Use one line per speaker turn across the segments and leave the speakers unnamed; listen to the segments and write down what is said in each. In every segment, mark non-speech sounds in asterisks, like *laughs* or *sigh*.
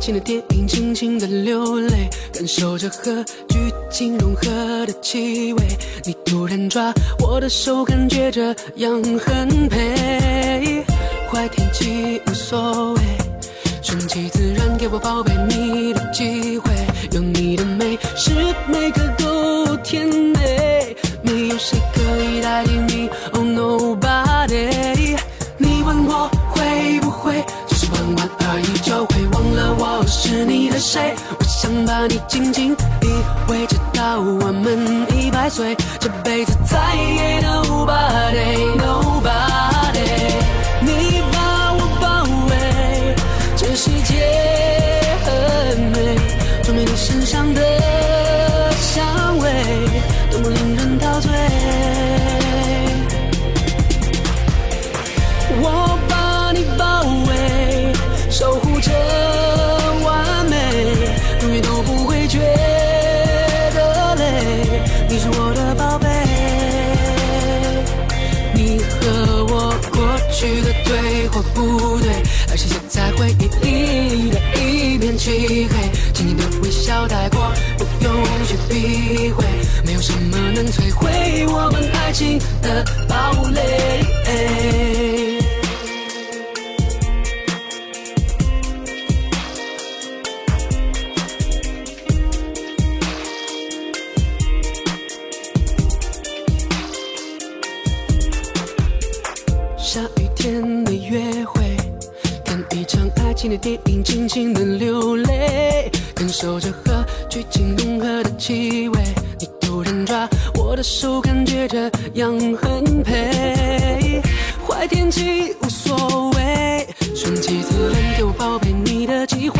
新的电影，轻轻的流泪，感受着和剧情融合的气味。你突然抓我的手，感觉这样很配。坏天气无所谓，顺其自然，给我宝贝你的机会。有你的美，是每个都甜美，没有谁可以代替你，Oh nobody。你问我会不会，只是玩玩而已，就会忘了我是你的谁。我想把你紧紧依偎，直到我们一百岁，这辈子再也 nobody nobody。你把我包围，这世界很美，专美你身上的香味，多么令人陶醉。我把你包围，守护着完美，永远都不会觉得累。你是我的宝贝，你和我过去的对或不对，而是写在回忆里的一片漆黑。轻轻的微笑带过，不用去避讳，没有什么能摧毁我们爱情的堡垒。下雨天的约会，看一场爱情的电影，轻轻的流泪，感受着和剧情融合的气味。你突然抓我的手，感觉这样很配。坏天气无所谓，顺其自然，给我宝贝你的机会。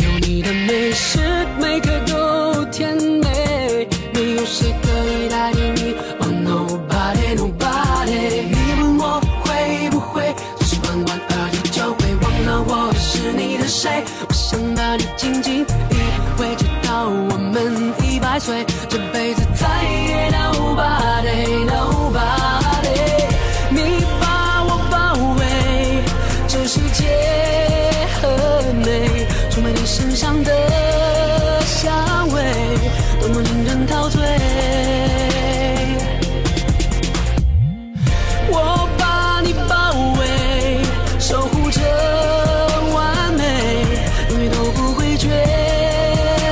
有你的美是每个都甜美，没有谁可以代替你。Oh nobody nobody，你问我会不会，只是玩玩而已，就会忘了我是你的谁。我想把你紧紧依偎，直到我们一百岁，这辈子再也 nobody nobody。你把我包围，这世界很美，充满你身上的香味，多么令人陶醉。我把你包围，守护着完美，永远都不会觉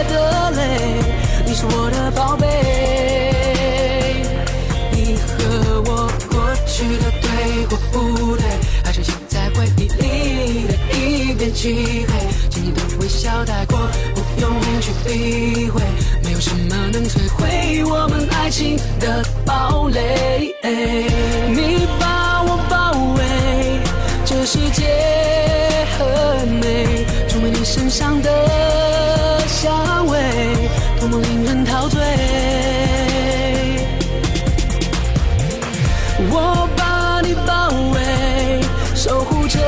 得累。你是我的宝贝，你和我过去的对或不对，还是现在回忆里的一片漆黑。轻轻的微笑带过，不用去避讳，没有什么能摧毁我们爱情的堡垒。你把我包围，这世界很美，充满你身上的香味，多么令人陶醉。我把你包围，守护着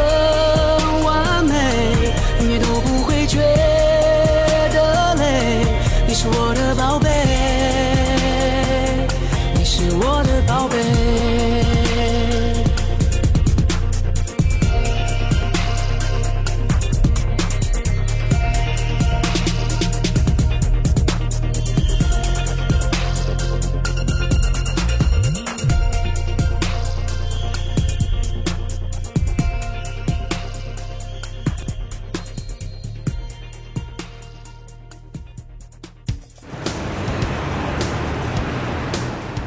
完美，永远都不会觉得累。你是我的宝贝，你是我的宝贝。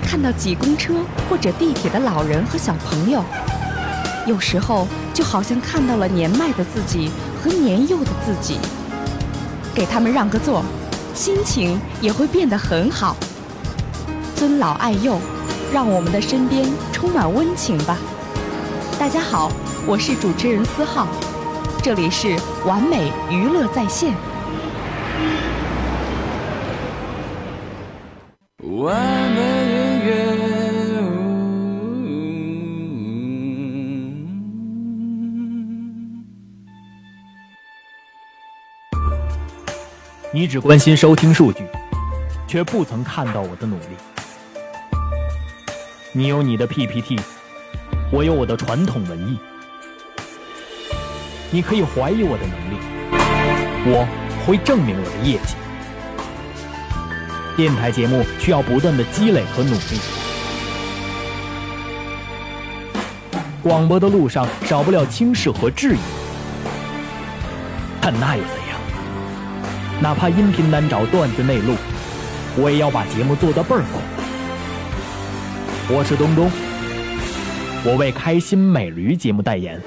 看到挤公车或者地铁的老人和小朋友，有时候就好像看到了年迈的自己和年幼的自己。给他们让个座，心情也会变得很好。尊老爱幼，让我们的身边充满温情吧。大家好，我是主持人思浩，这里是完美娱乐在线。
完美音乐。嗯
你只关心收听数据，却不曾看到我的努力。你有你的 PPT，我有我的传统文艺。你可以怀疑我的能力，我会证明我的业绩。电台节目需要不断的积累和努力。广播的路上少不了轻视和质疑，但那又怎样？哪怕音频难找，段子内录，我也要把节目做得倍儿好。我是东东，我为开心美驴节目代言。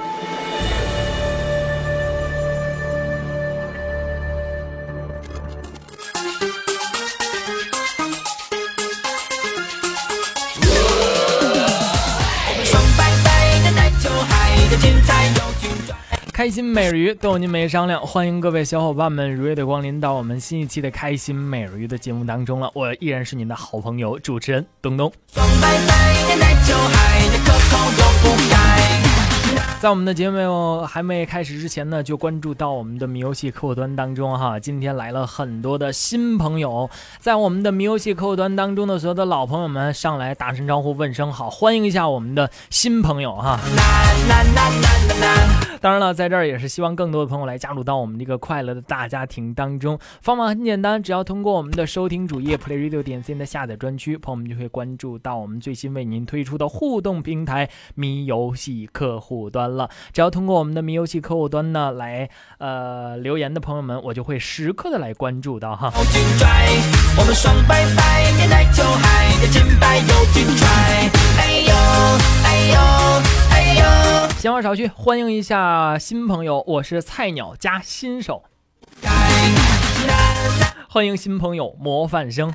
开心美驴逗您没商量，欢迎各位小伙伴们如约的光临到我们新一期的开心美驴的节目当中了。我依然是您的好朋友主持人东东。在我们的节目还没开始之前呢，就关注到我们的米游戏客户端当中哈。今天来了很多的新朋友，在我们的米游戏客户端当中的所有的老朋友们上来打声招呼，问声好，欢迎一下我们的新朋友哈。当然了，在这儿也是希望更多的朋友来加入到我们这个快乐的大家庭当中。方法很简单，只要通过我们的收听主页 playradio 点 cn 的下载专区，朋友们就会关注到我们最新为您推出的互动平台咪游戏客户端了。只要通过我们的咪游戏客户端呢来呃留言的朋友们，我就会时刻的来关注到哈。
哎
闲话少叙，欢迎一下新朋友，我是菜鸟加新手。欢迎新朋友模范生。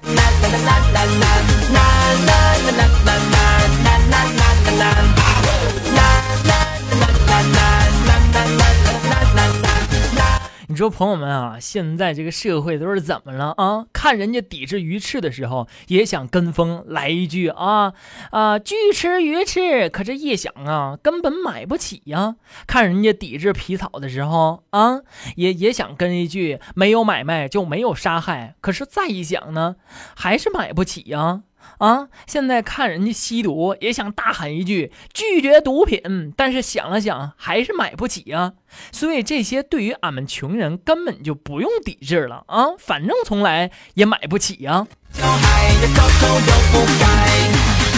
你说朋友们啊，现在这个社会都是怎么了啊？看人家抵制鱼翅的时候，也想跟风来一句啊啊，拒吃鱼翅。可这一想啊，根本买不起呀、看人家抵制皮草的时候啊，也也想跟一句没有买卖就没有杀害。可是再一想呢，还是买不起呀、啊！现在看人家吸毒，也想大喊一句拒绝毒品，但是想了想还是买不起呀、所以这些对于俺们穷人根本就不用抵制了啊，反正从来也买不起啊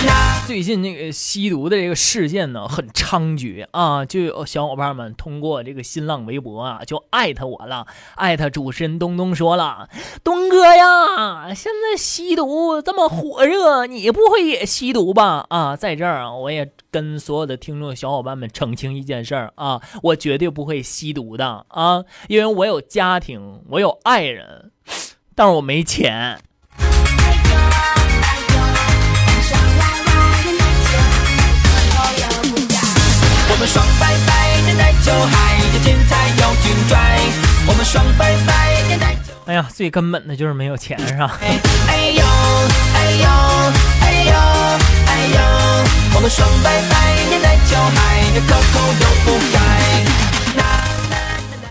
呀、最近那个吸毒的这个事件呢，很猖獗啊，就有小伙伴们通过这个新浪微博啊，就艾特我了，艾特主持人东东说了，东哥呀，现在吸毒这么火热，你不会也吸毒吧？啊，在这儿啊，我也跟所有的听众小伙伴们澄清一件事儿啊，我绝对不会吸毒的啊，因为我有家庭，我有爱人，但是我没钱。哎呀，最根本的就是没有钱，是吧？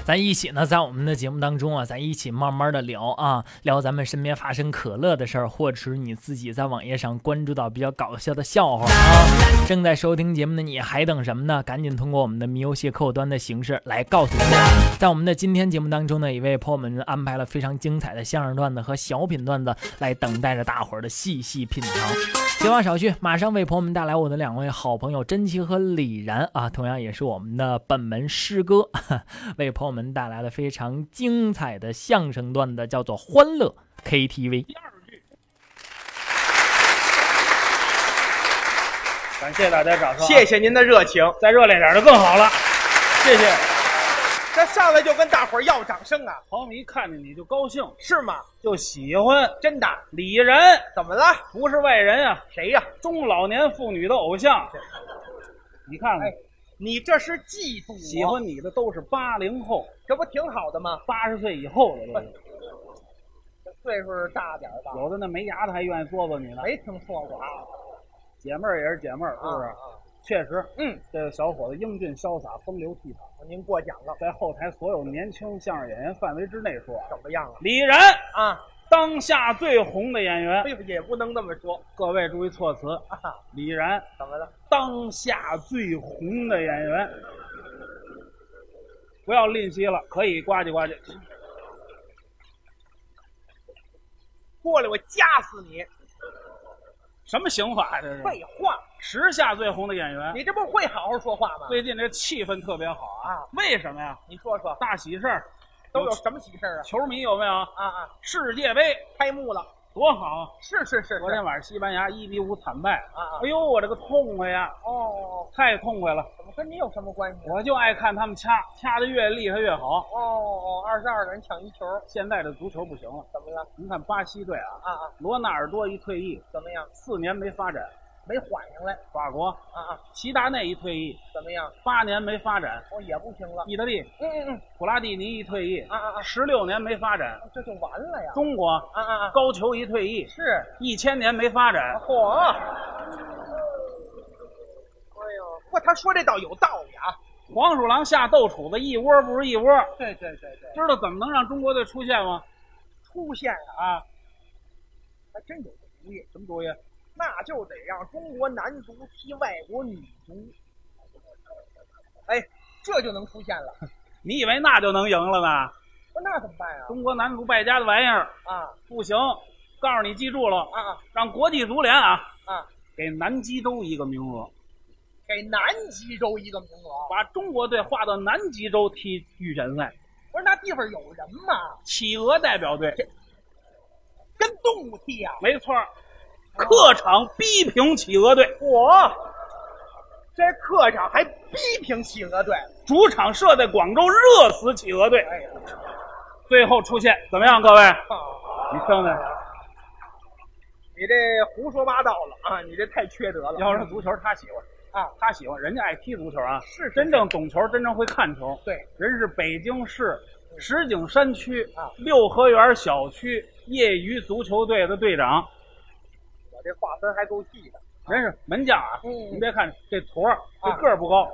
咱一起呢，在我们的节目当中啊，咱一起慢慢的聊啊，聊咱们身边发生可乐的事儿，或者是你自己在网页上关注到比较搞笑的笑话啊。正在收听节目的你，还等什么呢？赶紧通过我们的迷游戏客户端的形式来告诉我。在我们的今天节目当中呢，也为朋友们安排了非常精彩的相声段子和小品段子，来等待着大伙儿的细细品尝。闲话少叙，马上为朋友们带来我的两位好朋友甄奇和李然啊，同样也是我们的本门师哥。 *laughs* 为朋友们带来了非常精彩的相声段子，叫做《欢乐 KTV》。
感谢大家掌声、啊
谢，谢您的热情，
再热烈点儿就更好了，谢谢。
这上来就跟大伙儿要掌声啊，
朋友们一看见你就高兴，
是吗？
就喜欢。
真的？
李然
怎么了？
不是外人啊，
谁呀、
中老年妇女的偶像。你看看，
哎你这是嫉妒我？
喜欢你的都是八零后，
这不挺好的吗？
八十岁以后的都有，
岁数大点儿吧，
有的那没牙的还愿意做做你呢。
没听说过啊？
姐妹儿也是姐妹儿，是不是？确实，
啊嗯，
这个小伙子英俊潇洒，风流倜傥，
您过奖了，
在后台所有年轻相声演员范围之内说，
怎么样啊？
李然
啊，
当下最红的演员
哎。呦，也不能这么说
各位注意措辞，
啊，
李然
怎么了？
当下最红的演员，不要吝惜了，可以呱唧呱唧。
过来我夹死你！
什么刑法啊这是？
废话，
时下最红的演员，
你这不是会好好说话吗？，
最近这气氛特别好啊
啊！
为什么呀？
你说说
大喜事儿，
都有什么喜事儿啊？
球迷有没有？
啊啊！
世界杯
开幕了，
多好啊！
是是是
昨
是
天晚上西班牙一比五惨败，
啊啊
哎！呦，我这个痛快呀，
哦，
太痛快了！
怎么跟你有什么关系啊？
我就爱看他们掐，掐的越厉害越好。
哦哦，二十二个人抢一球，
现在这足球不行了，
怎么了？
您看巴西队啊，
啊啊，
罗纳尔多一退役，
怎么样？
四年没发展；
没缓上来
法国
啊啊？
齐达内一退役，
怎么样？
八年没发展；
哦，也不行了。
意大利
嗯嗯嗯，
普拉蒂尼一退役，
啊啊啊，
十六年没发展；
这就完了呀！
中国
啊啊啊，
高俅一退役，
是
一千年没发展。
嚯！哎呦，不过他说这倒有道理啊。
黄鼠狼下豆杵子，一窝不如一窝。
对对对对，
知道怎么能让中国队出现吗？
出现啊，
啊，
还真有个主意。什么主意？那就得让中国男足踢外国女足。哎，这就能出现了。
你以为那就能赢了呢？
不那怎么办啊？
中国男足败家的玩意儿，
啊
不行！告诉你，记住了，
啊啊
让国际足联啊
啊！
给南极洲一个名额，
给南极洲一个名额。
把中国队划到南极洲踢预选赛，
不是那地方有人吗？
企鹅代表队。
跟动物踢呀、
没错儿，客场逼平企鹅队，
我这客场还逼平企鹅队，
主场设在广州，热死企鹅队。
哎呀，
最后出现怎么样，各位？
啊
你听听，
你这胡说八道了啊！你这太缺德了。
要是足球，他喜欢
啊，
他喜欢，人家爱踢足球啊，
是是
真正懂球，真正会看球。
对，
人是北京市石景山区
啊
六合园小区业余足球队的队
啊
长，
我这划分还够细的。
人是门将啊。
嗯
您别看这坨儿，这
啊
个儿不高，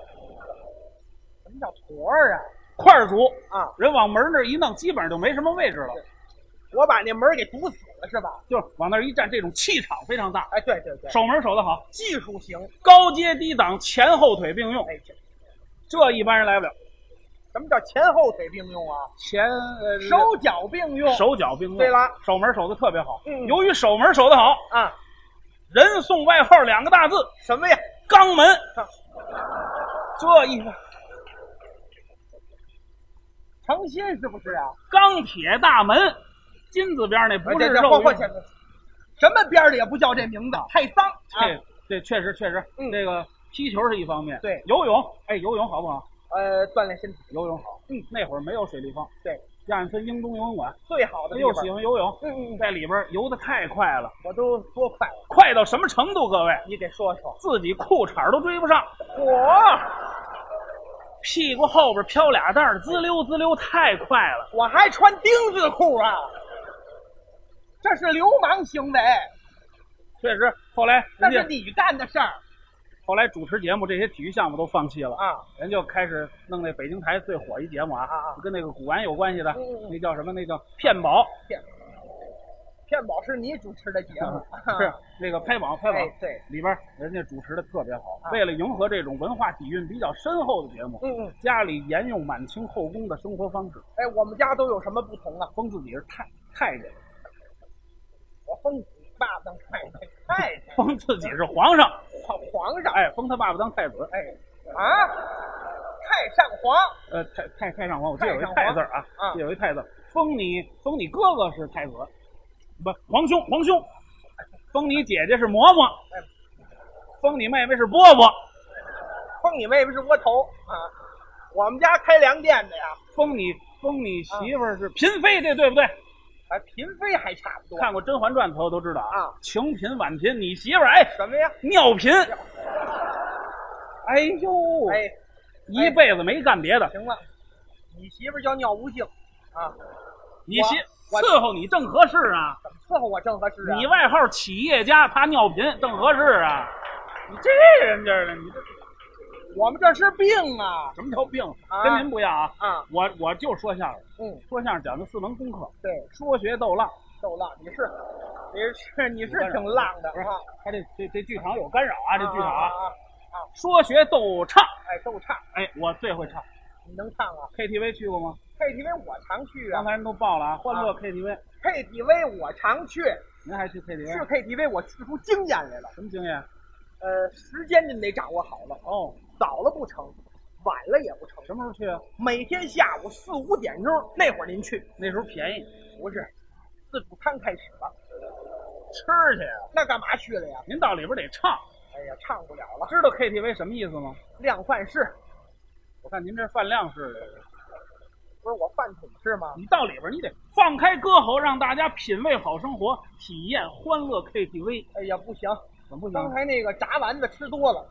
什么叫坨儿啊？
块儿足
啊，
人往门那儿一弄，基本上就没什么位置了，
我把那门儿给堵死了是吧？
就是往那儿一站，这种气场非常大，
哎，对对对，
守门守得好，
技术型，
高接低挡，前后腿并用，
哎，这
这一般人来不了。
什么叫前后腿并用啊？
前呃
手脚并用，
手脚并用，
对了，
守门守得特别好。
嗯
由于守门守得好，
啊，
人送外号两个大字
什么呀？
“肛门
啊”。
这一
成心是不是啊？
钢铁大门，金字边儿那不是
哎这这
肉
换
用
换什么？什么边儿里也不叫这名字，太脏啊！
这这确实确实，
嗯
这个踢球是一方面，
对
游泳，哎，游泳好不好？
呃，锻炼身体
游泳好，嗯，那会儿没有水立方，
对，
亚运村英东游泳馆，
最好的
他
地
又
方
喜欢游泳，
嗯嗯嗯
在里边儿游得太快了，
我都多快了，
快到什么程度？各位，
你给说说。
自己裤衩儿都追不上，
我
屁股后边飘俩蛋儿，滋溜滋溜，太快了。
我还穿丁字裤啊，这是流氓行为，
确实，后来
那
人
是
家
你干的事儿
后来主持节目，这些体育项目都放弃了，
啊！
人就开始弄那北京台最火一节目啊，
啊啊
跟那个古玩有关系的，
嗯嗯嗯
那叫什么？那叫骗宝，
骗骗宝是你主持的节目，
*laughs* 是那个拍榜拍榜。
啊哎对，
里边人家主持的特别好，
啊
为了迎合这种文化底蕴比较深厚的节目，
嗯嗯，
家里沿用满清后宫的生活方式，
哎，我们家都有什么不同啊？
封自己是太太监，
我封你爸当太太，太
*laughs*
太
封自己是皇上，
皇皇上，
哎，封他爸爸当太子，
哎啊，太上皇
呃，太太太上皇，我记得有一
太上皇
太字儿啊，
啊
记得有一太字儿，封你封你哥哥是太子，不皇兄皇兄，封你姐姐是嬷嬷
哎，
封你妹妹是饽饽，
封你妹妹是窝头啊！我们家开粮店的呀，
封你封你媳妇儿是嫔妃，这对不对？
哎，嫔妃还差不多。
看过《甄嬛传》的朋友都知道
啊
晴嫔婉嫔，你媳妇儿哎
什么呀？
尿频。哎呦，
哎，
一辈子没干别的，
行了，你媳妇儿叫尿无性啊，
你媳
我
伺候你正合适啊。
怎么伺候我正合适啊？
你外号企业家，他尿频正合适啊。你这人家的，你这
我们这是病啊
什么叫病？
啊
跟您不一样啊。
啊！
我我就说相声，
嗯，
说相声讲究四门功课：
对，
说学逗浪。
逗浪，你是你是你是挺浪的
不是
啊！
他这这这剧场有干扰啊，这剧场啊，
啊，
说学逗唱。
哎，逗唱
哎，我最会唱
你能唱啊？
，KTV 去过吗？
KTV 我常去啊
刚才人都报了啊，欢乐
啊
KTV，
，KTV 我常去，
您还去
去
KTV？
KTV 我去出经验来了。
什么经验？啊
呃，时间您得掌握好了，
哦，
早了不成，晚了也不成。
什么时候去啊？
每天下午四五点钟那会儿您去，
那时候便宜，
不是自助餐开始了，
吃去呀。
那干嘛去了呀？
您到里边得唱，
哎呀，唱不了了，
知道 KTV 什么意思吗？
量贩式，
我看您这饭量是的，
不是我饭桶是吗？
你到里边你得放开歌喉，让大家品味好生活，体验欢乐 KTV。
哎呀，不行，
怎么不
刚才那个炸丸子吃多了，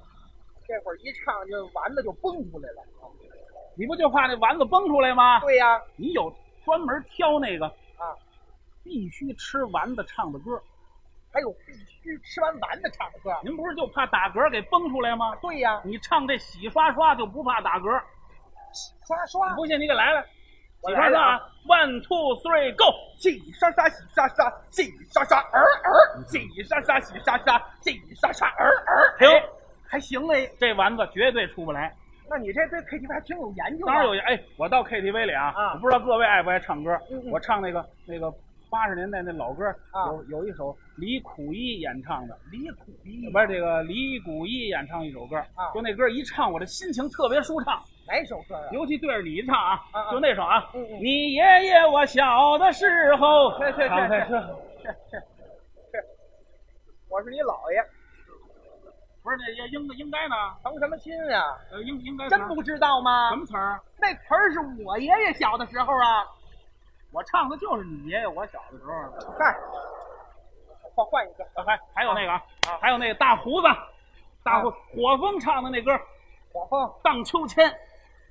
这会儿一唱就丸子就蹦出来了。
你不就怕那丸子崩出来吗？
对呀、
你有专门挑那个
啊，
必须吃丸子唱的歌。
还有必须吃完丸子唱歌。
您不是就怕打嗝给崩出来吗？
对呀、
你唱这洗刷刷就不怕打嗝。
刷刷，
不信你给来来，
我
洗
来
刷
了
刷
啊
啊，one two three go。
洗刷刷，洗刷刷，洗刷刷，儿儿，洗刷刷，洗刷刷，洗刷刷，儿儿。
哎呦，
还行哎，
这丸子绝对出不来。
那你这对 KTV 还挺有研究、啊。
当然有哎，我到 KTV 里啊，
啊
我不知道各位爱不爱唱歌，
嗯嗯
我唱那个那个八十年代那老歌，
啊
有有一首李谷一演唱的，
李苦逼
不，是这个李谷一演唱一首歌，
啊
就那歌一唱，我这心情特别舒畅，
哪首歌啊？
尤其对着你一唱啊，
啊啊
就那首啊，
嗯嗯
你爷爷我小的时候，
是是是
常在
是
这
我是你姥爷，
不是那应应该呢，
成什么亲呀、
呃应应该
真不知道吗
什？么词儿，啊
那词儿是我爷爷小的时候啊。
我唱的就是你爷爷我小的时候，
嗨，换换一个，
啊还还有那个啊，还有那个大胡子，大胡
啊
火风唱的那歌。
火风，
荡秋千，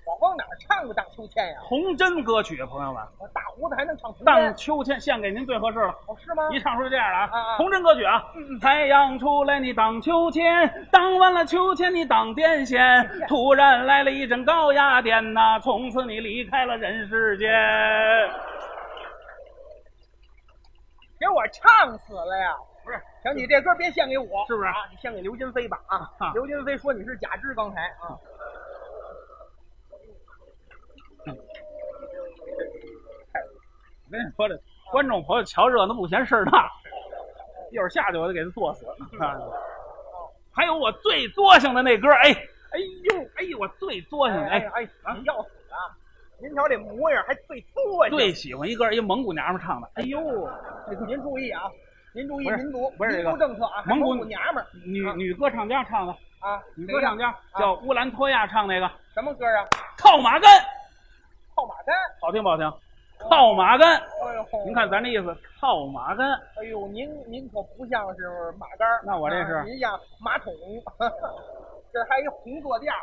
火风哪儿唱过荡秋千呀、
童真歌曲，朋友们，
我大胡子还能唱童
荡
真？
秋千献给您最合适了。
哦，是吗？
一唱出就这样了
啊啊嗯
啊！童真歌曲啊，太阳出来你荡秋千，荡完了秋千你荡电
哎
线， *laughs* 突然来了一阵高压电呐、从此你离开了人世间。
给我唱死了呀！
不是，
行，你这歌别献给我，
是不是
啊？你献给刘金飞吧啊！
啊
刘金飞说你是假肢，刚才啊。
我跟你说这观众朋友瞧热闹不嫌事儿大，一会儿下去我就给他作死。
嗯
啊 *laughs* 还有我最作性的那歌，哎，哎呦，哎呦，我最作性的，哎
哎，哎，你要死啊！您瞧这模样还最多呀！
最喜欢一歌，一蒙古娘们儿唱的，
哎呦，您注意啊，您注意
不是
民族
不是这
民
个
族政策啊，还
蒙古
古娘们儿
女
啊
女歌唱家唱的，
啊，
女
谁
歌
呀
唱家
啊
叫乌兰托娅唱那个《
什么歌啊？
套马杆》，
套马杆。
好听不好听？
嗯
套马杆，
哎呦，
您看咱这意思，套马杆，
哎呦，您您可不像是马杆儿
那我这是
啊您像马桶， *laughs* 这还一红坐垫儿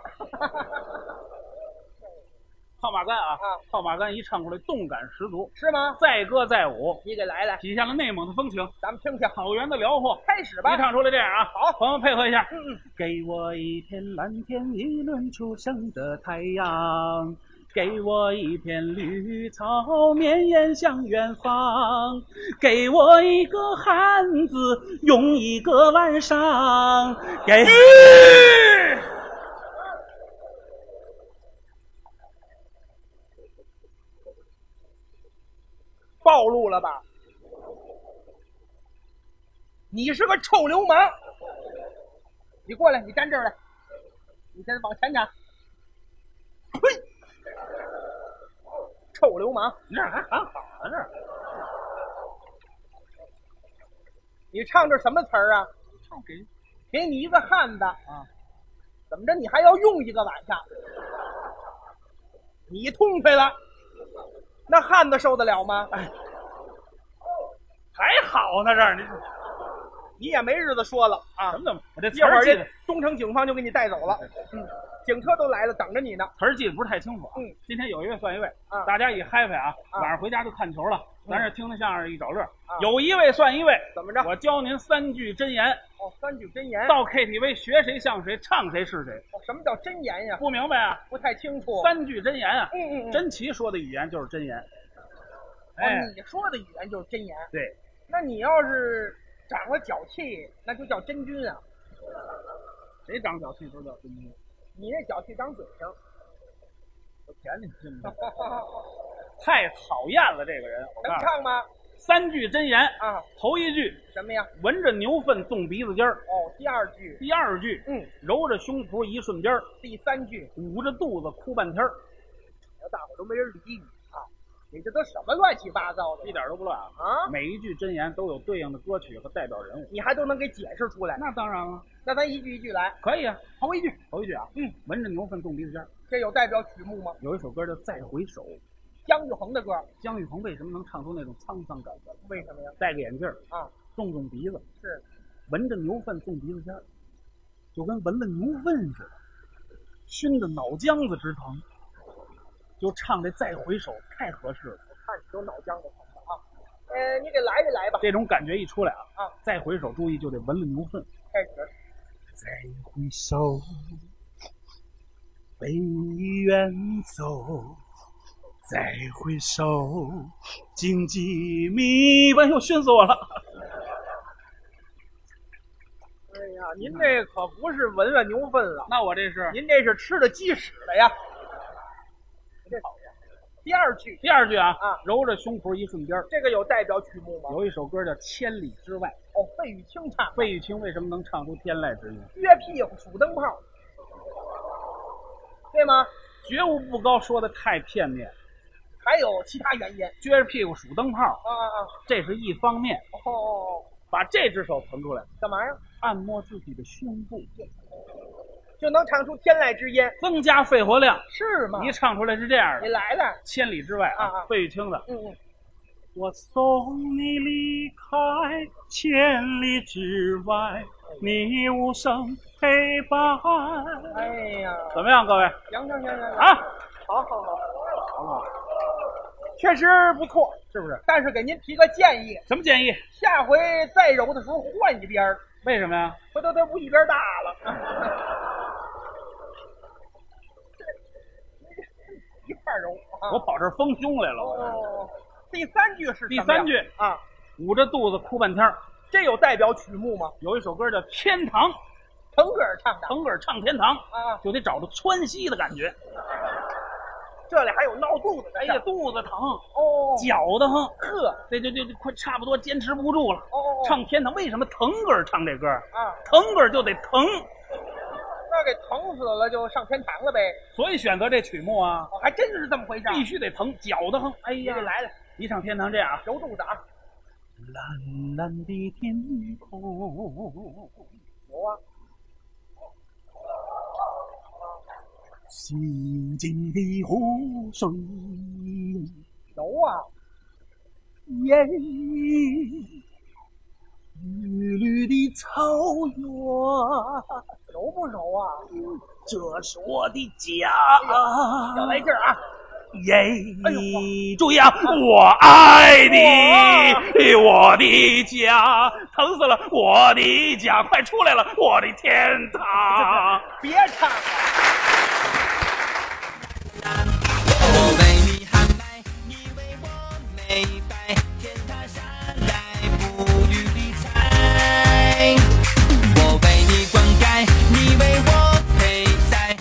套马杆啊
啊，
套马杆一唱出来动感十足，
是吗？
载歌载舞，
你给来来，
体现了内蒙的风情，
咱们听听，
草原的辽阔。
开始吧。
一唱出来这样啊，
好
朋友们配合一下。
嗯嗯。
给我一片蓝天，一轮初升的太阳；给我一片绿草，绵延向远方；给我一个汉子，用一个晚上；给。
暴露了吧？你是个臭流氓！你过来，你站这儿来，你先往前站。呸！臭流氓，
你这还喊好呢？这
你唱这什么词儿啊？
唱给
给你一个汉子
啊！
怎么着？你还要用一个晚上？你痛快了，那汉子受得了吗？哎
还好呢，这儿你什
你也没日子说了啊！
么怎么？ *laughs* 我这哎词
一会
儿
儿
记
这
得
东城警方就给你带走了，嗯，警车都来了，等着你呢。
词儿记得不是太清楚啊。
嗯，
今天有一位算一位
啊，
大家一嗨嗨啊，
啊
晚上回家就看球了，
嗯
咱这听听相声一找乐儿
啊。
有一位算一位，
怎么着？
我教您三句真言，
哦，三句真言。
到 KTV 学谁像谁，唱谁是谁。
哦什么叫真言呀？
不明白啊？
不太清楚。
三句真言啊，
嗯嗯嗯，
甄奇说的语言就是真言。哎
哦，，你说的语言就是真言。
对，
那你要是长了脚气，那就叫真君啊。
谁长脚气都叫真言。 *laughs*
你那脚气长嘴上，嗯
我舔你信不信？太讨厌了这个人。我告
能
诉你，
唱吗？
三句真言，
啊，
头一句
什么呀？
闻着牛粪动鼻子尖儿，
哦，第二句，
第二句
嗯，
揉着胸脯一瞬间儿，
第三句，哎
捂着肚子哭半天儿，
大伙都没人理你啊！你这都什么乱七八糟的
一点都不乱啊。
啊？
每一句真言都有对应的歌曲和代表人物。
你还都能给解释出来？
那当然了，
那咱一句一句来，
可以啊。头一句，头一句啊，嗯，闻着牛粪动鼻子尖儿。
这有代表曲目吗？
有一首歌叫《再回首》，
姜育恒的歌，
姜育恒为什么能唱出那种沧桑感觉？
为什么呀？
戴个眼镜儿
啊，
动动鼻子，
是
闻着牛粪动鼻子尖儿，就跟闻了牛粪似的，熏得脑浆子直疼。就唱这《再回首》太合适了，
看你都脑浆子疼了啊！呃，你给来就来吧，
这种感觉一出来啊，
啊
再回首注意就得闻了牛粪。
开始。
再回首，北远走。再回首，荆棘密布。哎呦，熏死我了！
哎呀，您这可不是闻了牛粪了，
那我这是
您这是吃了鸡屎了呀！你这讨厌。第二句，
第二句啊，
啊
揉着胸脯一瞬间儿。
这个有代表曲目吗？
有一首歌叫《千里之外
哦，费玉清唱的。》，
费玉清为什么能唱出天籁之音？
撅屁股数灯泡，对吗？
觉悟不高，说的太片面。
还有其他原因
撅着屁股数灯泡，
啊啊啊！
这是一方面。
哦哦，
把这只手腾出来，
干嘛呀？
按摩自己的胸部，
就能唱出天籁之音，
增加肺活量。
是吗？
一唱出来是这样
你
的，《
来了，
千里之外》
啊
哎啊，
啊
费玉清的。
嗯嗯，
我送你离开千里之外，你无声陪伴。
哎呀，
怎么样，各位
行行行行行，
啊？
好好好，
好不好？
确实不错，
是不是？
但是给您提个建议，
什么建议？
下回再揉的时候换一边儿，
为什么呀？
回头它不一边儿大了。 *laughs* 一块儿揉啊！
我跑这儿丰胸来了，我
哦，第三句是
第
什么呀
三句
啊，
捂着肚子哭半天儿。
这有代表曲目吗？
有一首歌叫《天堂》，
腾格尔唱的
腾格尔唱天堂，
啊，
就得找着窜稀的感觉。
这里还有闹肚子的
哎
事
呀
儿，
肚子疼，
哦，
绞得慌，
呵，
这就就就快差不多坚持不住了。
哦哦哦
唱天堂为什么腾格尔唱这歌？
啊，
腾格尔就得疼，
那给疼死了就上天堂了呗，
所以选择这曲目啊，
哦，还真是这么回事儿。
必须得疼，绞得慌。啊哎呀，来了，一上天堂这样啊，
揉肚子啊，
蓝蓝的天空，
有啊，
哦静静的湖水，
有啊，
烟绿绿的草原。
揉不揉啊？
这是我的家。嗯
要来劲儿啊！
耶！
哎呦
注意啊！我爱你，我的家，疼死了！我的家，快出来了！我的天堂。
别唱了，
我为你喊麦，你为我美白，天塌下来不予理睬。我为你灌溉，你为我配载。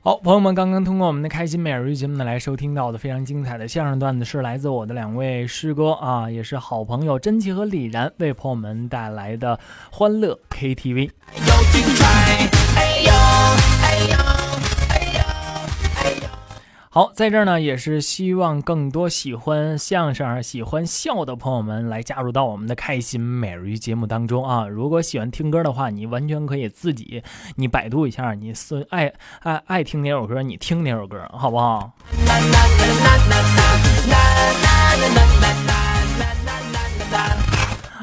好，朋友们，刚刚通过我们的开心美人鱼节目呢，来收听到的非常精彩的相声段子，是来自我的两位师哥啊，也是好朋友甄奇和李然为朋友们带来的欢乐 KTV。
又精彩，哎呦哎呦哎呦哎呦。
好，在这儿呢，也是希望更多喜欢相声、喜欢笑的朋友们来加入到我们的开心美人鱼节目当中啊。如果喜欢听歌的话，你完全可以自己你百度一下，你是爱爱爱听哪首歌，你听哪首歌，好不好？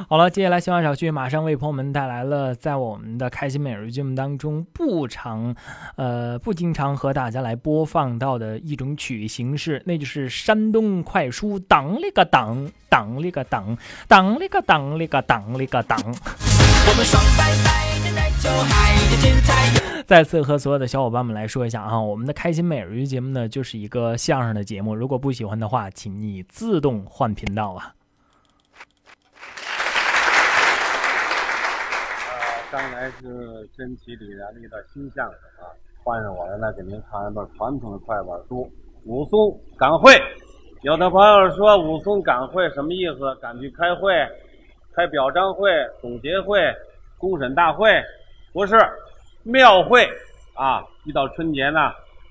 好了，接下来新闻小旭马上为朋友们带来了在我们的开心美人鱼节目当中不常，呃不经常和大家来播放到的一种曲艺形式，那就是山东快书，当里个当，当里个当，当里个当里个当里个当。
我们爽翻翻，现在就嗨，精彩又
再次和所有的小伙伴们来说一下啊，我们的开心美人鱼节目呢，就是一个相声的节目，如果不喜欢的话，请你自动换频道啊。
刚才是珍奇李然的一段新相声啊，换上我来了，给您唱一段传统的快板书《武松赶会》。
有的朋友说武松赶会什么意思？赶去开会、开表彰会、总结会、公审大会，不是庙会啊！一到春节呢，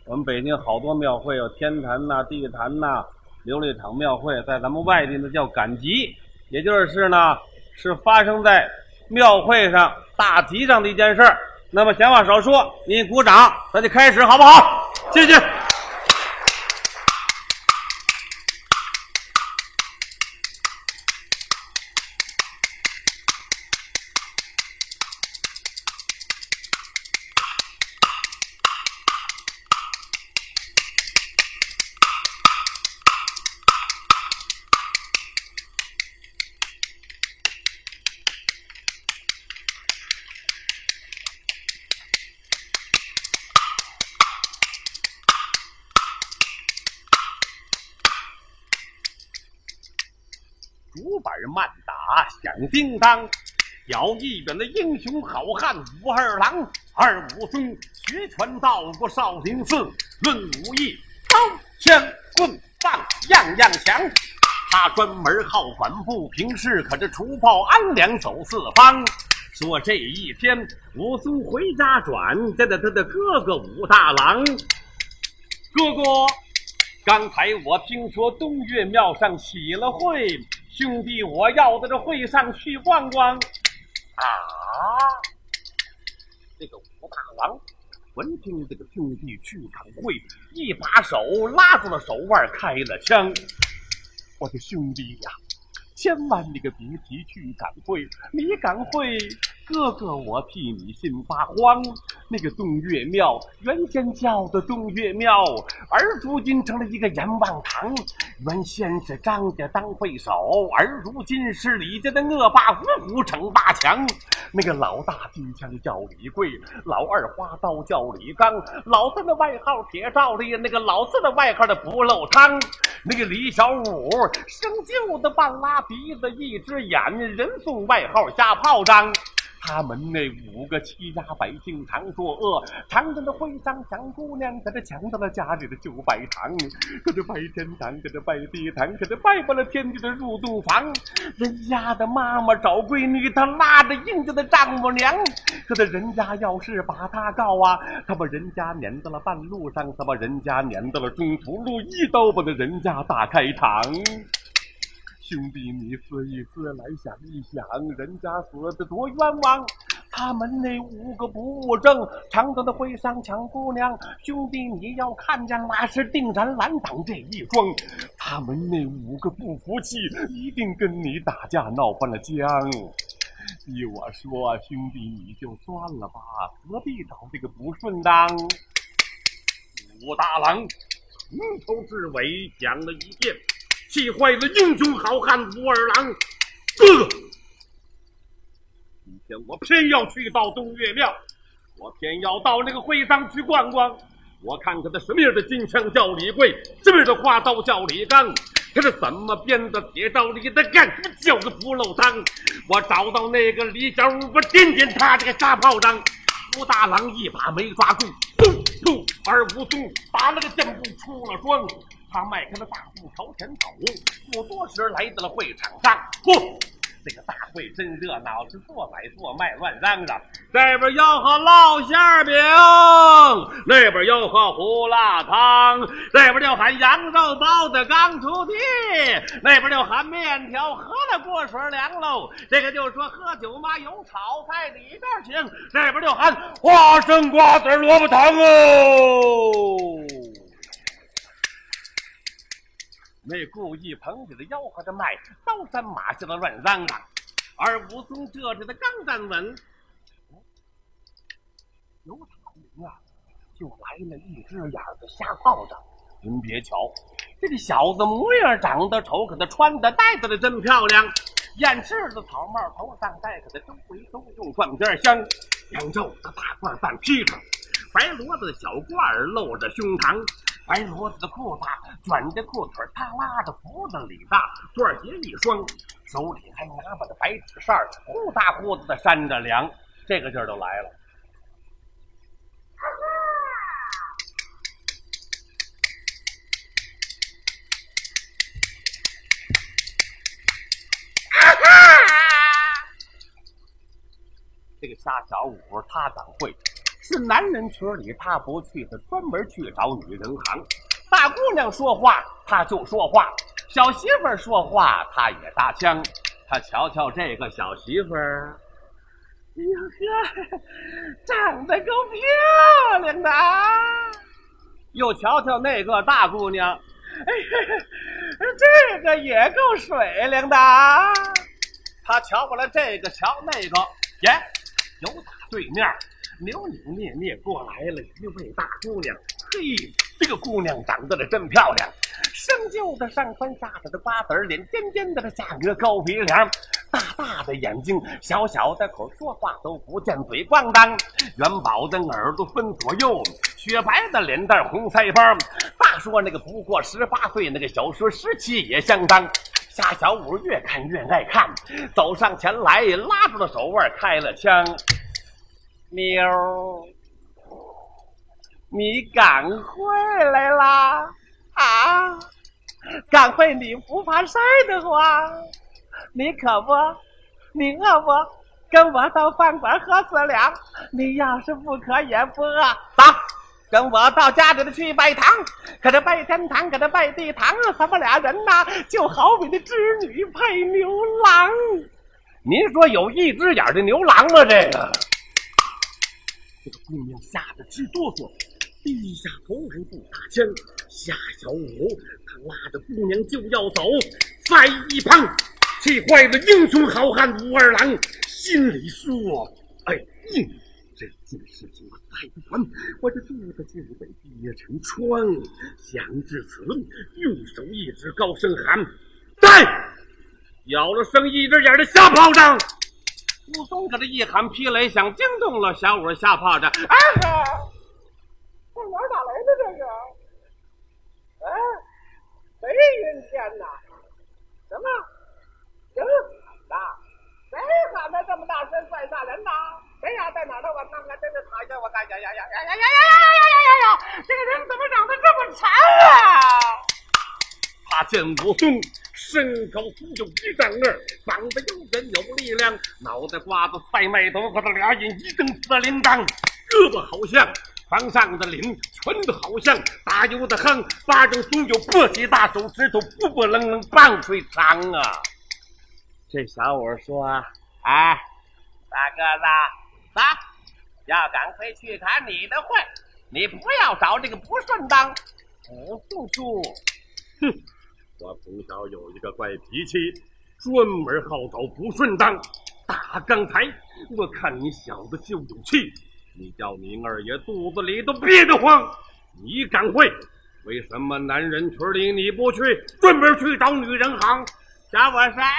我们北京好多庙会，有天坛呐、地坛呐、琉璃厂庙会，在咱们外地呢叫赶集，也就是呢是发生在庙会上大集上的一件事儿。那么闲话少说，您鼓掌，咱就开始好不好？谢谢。竹板慢打响叮当，表一表那英雄好汉武二郎，二武松学拳道过少林寺，论武艺，刀枪棍棒样样强。他专门好管不平事，可这除暴安良走四方。说这一天，武松回家转，见到他的哥哥武大郎，哥哥。刚才我听说东岳庙上起了会，兄弟，我要到这会上去逛逛。啊！这个武大郎闻听这个兄弟去赶会，一把手拉住了手腕，开了枪。我的兄弟呀、千万你可别急去赶会，你赶会，哥哥我替你心发慌。那个东岳庙原先叫做东岳庙，而如今成了一个阎王堂。原先是张家当会首，而如今是李家的恶霸五虎逞霸强。那个老大金枪叫李贵，老二花刀叫李刚，老三的外号铁罩的，那个老四的外号的不漏汤，那个李小五生锈的半拉鼻子一只眼，人送外号瞎炮仗。他们那五个欺压百姓，常作恶，常在那会上抢姑娘，可这抢到了家里的就拜堂，可这拜天堂，可这拜地堂，可这拜破了天地的入洞房。人家的妈妈找闺女，她拉着硬家的丈母娘，可这人家要是把她告啊，他把人家撵到了半路上，他把人家撵到了中途路，一刀把那人家打开膛。兄弟，你思一思，来想一想，人家死的多冤枉。他们那五个不务正，常常的会上抢姑娘。兄弟，你要看见那是定然拦挡这一桩。他们那五个不服气，一定跟你打架闹翻了僵。依我说，兄弟你就算了吧，何必找这个不顺当？武大郎从头至尾讲了一遍。气坏了英雄好汉武二郎。哥哥，今天我偏要去到东岳庙，我偏要到那个会上去逛逛，我看看他什么样的金枪叫李贵，什么样的花刀叫李刚。他是怎么编的铁道理的干什么饺子不漏汤？我找到那个李小五，我点点他这个沙炮仗。武大郎一把没抓住，砰砰！而武松拔了个箭步出了庄，他迈开了大步朝前走，不多时来到了会场上。嚯！这个大会真热闹，是做买做卖乱嚷嚷。这边吆喝烙馅饼，那边吆喝胡辣汤，这边就喊羊肉包子刚出屉，那边就喊面条喝了过水凉喽。这个就说喝酒嘛有炒菜里边请，这边就喊花生瓜子萝卜糖哦。那故意捧起了吆喝着卖，刀山马下的乱嚷嚷。而武松这时的刚站稳，哦有打鸣啊，就来了一只眼儿的瞎炮仗。您别瞧，这个小子模样长得丑，可他穿的戴的真漂亮。燕翅的草帽头上戴，可他周围都用灌边香。羊肉的大褂半披上，白骡子的小褂儿露着胸膛，白骡子的裤衩卷着裤腿儿，耷拉着脖子里大，缎鞋一双，手里还拿把那白纸扇儿，呼大呼的扇着凉。这个劲儿就来了。
杀小五，他掌柜，是男人群里他不去，他专门去找女人行。大姑娘说话他就说话，小媳妇儿说话他也搭腔。他瞧瞧这个小媳妇儿，哎
哟呵，长得够漂亮的啊！
又瞧瞧那个大姑娘，
哎这个也够水灵的啊！
他瞧过来这个，瞧那个，耶，有打对面扭扭捏捏过来了一位大姑娘。嘿，这个姑娘长得是真漂亮，生就的上宽下窄的瓜子儿脸，尖尖的这下颚高鼻梁，大大的眼睛，小小的口，说话都不见嘴咣当。元宝的耳朵分左右，雪白的脸蛋儿红腮帮。大说那个不过十八岁，那个小说十七也相当。夏小五越看越爱看，走上前来，拉住了手腕，开了枪。喵，你赶快来啦！
啊，赶快你不怕晒的话，你渴不？你饿不？跟我到饭馆喝死粮。你要是不渴也不饿，
打！
跟我到家里头去拜堂，可这拜天堂，可这拜地堂，咱们俩人呐、就好比那织女配牛郎。
您说有一只眼儿的牛郎吗？这个，这个姑娘吓得直哆嗦，低下头来不打枪。夏小五他拉着姑娘就要走，在一旁气坏了英雄好汉武二郎，心里说：“哎呀，这件事情我再不管，我这肚子就得憋成疮。”想至此，用手一指，高声喊：“在！”咬了生一只眼的瞎炮仗。武松可这一喊劈雷响，惊动了小五吓炮仗。哎，
啊，这哪儿打来的这是？啊，谁晕天呐？什么？人喊的？谁喊的这么大声怪吓人呐？谁呀？在哪儿呢？我看看，真是讨厌！我看呀呀呀呀呀呀呀呀呀呀呀呀！这个人怎么长得这么长啊？
他见武松身高足有一丈二，膀子悠然有力量，脑袋瓜子赛麦头发的俩眼一瞪四铃铛，胳膊好像呃房上的铃，拳头好像打油的夯，巴掌中有簸箕大，手指头不不楞楞棒槌长啊！这小伙说：“哎，
啊大个子，走，要赶快去砍你的会，你不要找这个不顺当。哎
武松说，哼，我从小有一个怪脾气，专门好找不顺当。打刚才我看你小子就有气，你叫你二爷肚子里都憋得慌。你赶快，为什么男人群里你不去，专门去找女人行？
小伙说：“哎，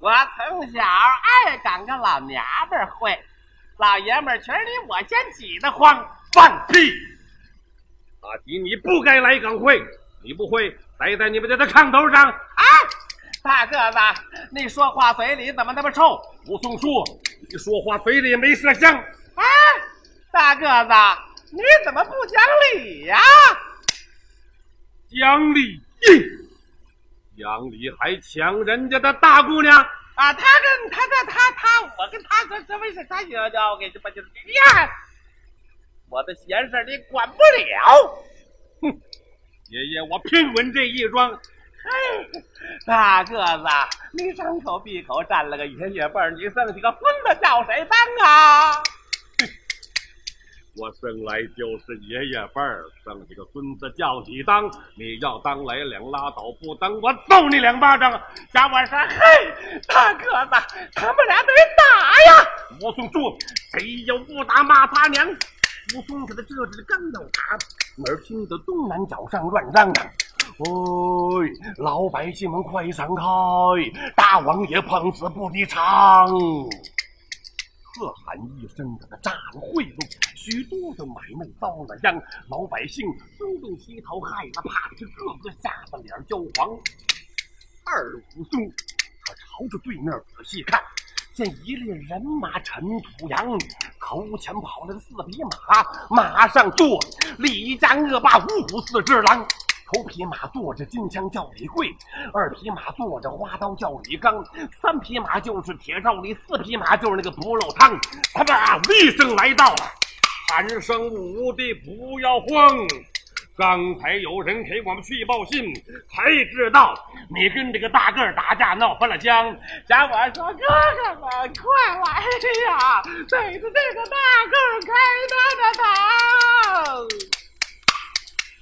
我从小爱赶个老娘们儿会，老爷们儿群里我先挤得慌。
放屁！阿迪，你不该来港会，你不会栽在你们家的炕头上。
啊，大个子，你说话嘴里怎么那么臭？
武松说：“你说话嘴里没麝香。
啊，大个子，你怎么不讲理呀、
讲理，讲理还抢人家的大姑娘。
啊，他跟他他他他，我跟他说这为啥他要要给这么就是你呀？我的闲事儿你管不了。
爷爷，我拼闻这一桩。
嘿， *laughs* 大个子，你张口闭口占了个爷爷辈儿，你剩下个孙子叫谁当啊？
*laughs* 我生来就是爷爷辈儿，生下个孙子叫你当，你要当来两拉倒，不当我揍你两巴掌。
小伙说：“嘿，大个子，他们俩得打呀！
武松说：“谁要不打，骂他娘！”武松可他这只刚要打，哪儿听得东南角上乱嚷嚷：“哎，老百姓们快闪开！大王爷碰死不离场！”喝喊一声，给他炸了贿赂，许多的买卖遭了殃，老百姓东奔西逃，害了怕，这个个下巴脸儿焦黄。二武松，他朝着对面仔细看，见一列人马尘土扬，头前跑来了四匹马，马上坐立一家恶霸五虎四只狼。
头匹马坐着金枪叫李贵，二匹马坐着花刀叫李刚，三匹马就是铁照例，四匹马就是那个不漏汤。他们啊，厉声来到了，寒生无敌，不要慌。刚才有人给我们去报信，才知道你跟这个大个儿打架闹翻了江。
小伙说：“哥哥们，快来呀，对着这个大个儿开他的膛！”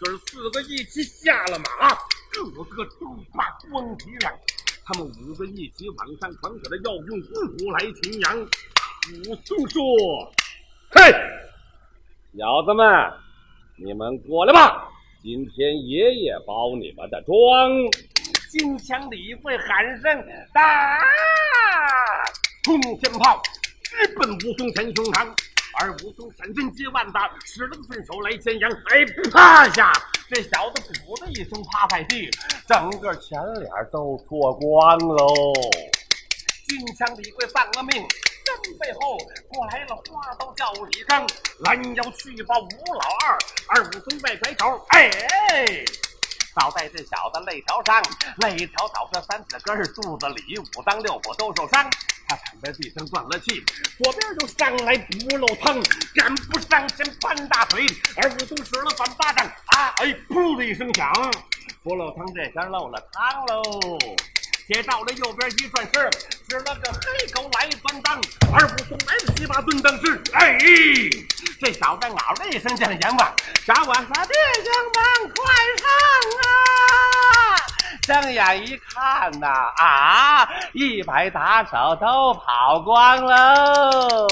哥儿四个一起下了马，个个都把光脊亮。他们五个一起往上传，可他要用武功来巡洋。武松说：“
嘿，小子们，你们过来吧，今天爷爷包你们的庄。”
金枪李贵喊声打，冲天炮直奔武松前胸膛，而武松闪身接万打，使了个顺手来牵羊，哎，趴下！这小子噗的一声趴在地，整个前脸都脱光喽。金枪李贵丧了命，身背后过来了花刀叫李刚，拦腰去抱吴老二，而武松外甩手，哎。早在这小子肋条上，肋条倒这三四根儿，肚子里五脏六腑都受伤。他躺在地上断了气，左边就上来不漏汤，赶不上前翻大腿，而武松使了反巴掌，啊哎，噗的一声响，不漏汤这下漏了汤喽。铁照这右边一转身，使了个黑狗来翻当，而武松来了七八吨当是，哎，这小子嗷的一声叫阎王，小我说
弟兄们快上啊！
睁眼一看呐、啊，一百打手都跑光喽。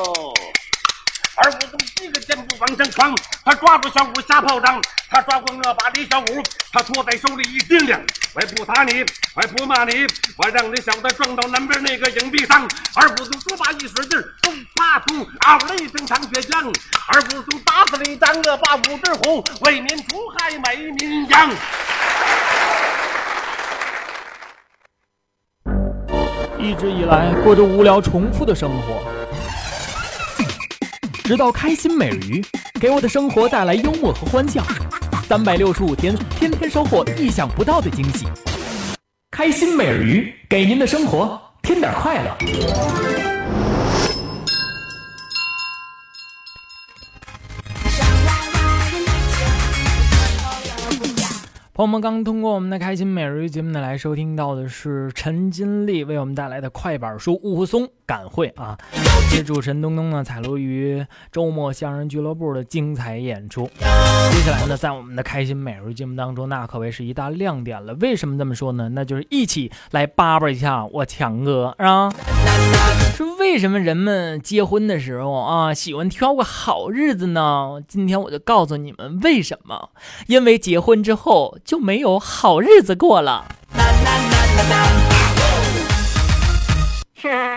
而武松一个箭步往上闯，他抓住小五下炮仗，他抓光了把李小五，他托在手里一掂量，我也不打你，我也不骂你，我让这小子撞到南边那个影壁上。而武松说罢一使劲，咚啪咚，嗷的一啊声长血浆。而武松打死了一张恶霸五只虎，为民除害美名扬。
一直以来过着无聊重复的生活，直到开心美人鱼给我的生活带来幽默和欢笑，三百六十五天，天天收获意想不到的惊喜。开心美人鱼给您的生活添点快乐。朋友们刚通过我们的开心每日节目呢来收听到的是陈金丽为我们带来的快板书《雾松赶会》啊，接主持人东东呢采录于周末相声俱乐部的精彩演出。接下来呢，在我们的开心每日节目当中，那可谓是一大亮点了。为什么这么说呢？那就是一起来叭叭一下我强哥啊！说为什么人们结婚的时候啊喜欢挑个好日子呢？今天我就告诉你们为什么。因为结婚之后就没有好日子过了。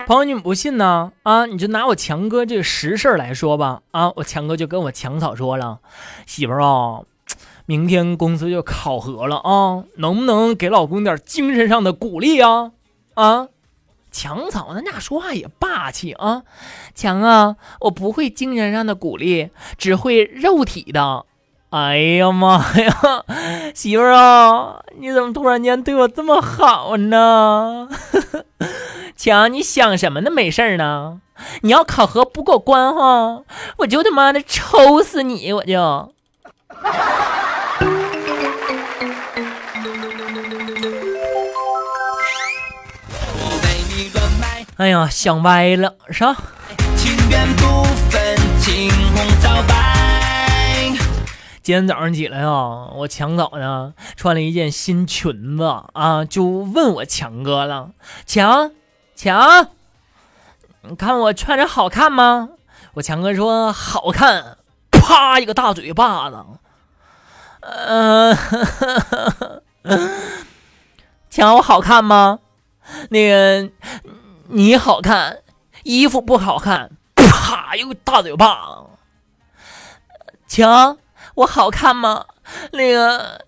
朋友，你们不信呢？啊，你就拿我强哥这个实事儿来说吧。啊，我强哥就跟我强嫂说了，媳妇儿啊，明天公司就考核了啊，能不能给老公点精神上的鼓励啊？啊，强嫂那那说话也霸气啊，强啊，我不会精神上的鼓励，只会肉体的。哎呀妈呀， *laughs* 媳妇儿啊，你怎么突然间对我这么好呢？ *laughs* 强，你想什么呢？没事儿呢。你要考核不过关哈，我就他妈的抽死你！我就。
我为你乱买，
哎呀，想歪了是吧？
情缘不分青红皂白。
今天早上起来啊，我强嫂呢穿了一件新裙子啊，就问我强哥了，强强，你看我穿着好看吗？我强哥说好看，啪一个大嘴巴子，嗯、呃， *laughs* 强我好看吗？那个你好看，衣服不好看，啪一个大嘴巴子，强。我好看吗？那个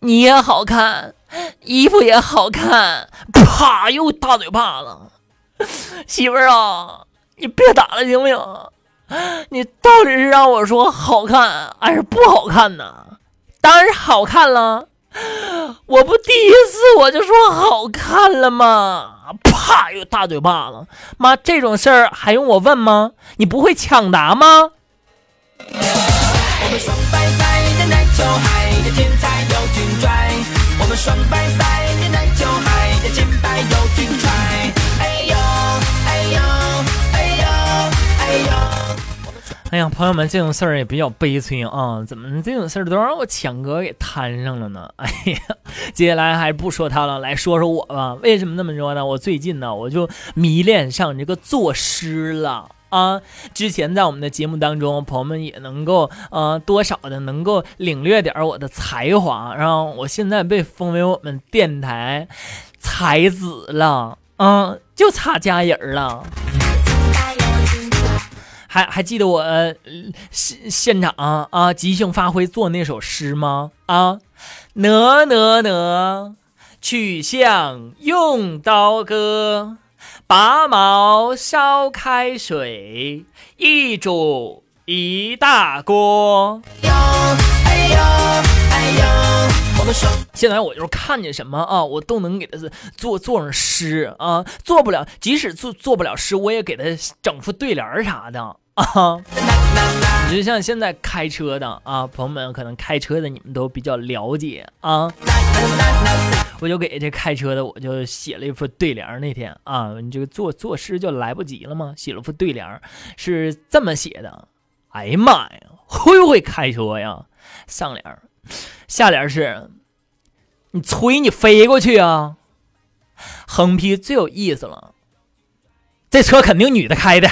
你也好看，衣服也好看，啪又大嘴巴子。 *laughs* 媳妇儿啊，你别打了行不行？你到底是让我说好看还是不好看呢？当然是好看了，我不第一次我就说好看了吗？啪，又大嘴巴子！妈，这种事儿还用我问吗？你不会抢答吗？
我们说拜拜，奶奶就爱的天才又俊拽。我们说拜拜，奶奶就爱的金牌又俊拽。哎呦，哎呦，哎呦，哎呦。
哎呀，朋友们，这种事儿也比较悲催啊！怎么这种事儿都让我抢哥给摊上了呢？ *laughs* 哎呀，接下来还不说他了，来说说我吧。为什么那么说呢？我最近呢，我就迷恋上这个作诗了。啊，之前在我们的节目当中，朋友们也能够呃多少的能够领略点儿我的才华，然后我现在被封为我们电台才子了，嗯，就差加人儿了。还还记得我、呃、现现场啊即兴发挥做那首诗吗？啊，哪哪哪，曲项用刀割，拔毛烧开水，一煮一大锅。
哎呦，哎呦，我们说
现在我就是看见什么啊，我都能给他做做上诗啊，做不了，即使做做不了诗，我也给他整副对联儿啥的 *laughs* 啊。你就像现在开车的啊，朋友们可能开车的你们都比较了解啊。我就给这开车的我就写了一副对联儿。那天啊，你这个作作诗就来不及了嘛，写了副对联儿是这么写的：哎呀妈呀，会不会开车呀？上联儿，下联儿是你吹你飞过去啊！横批最有意思了，这车肯定女的开的。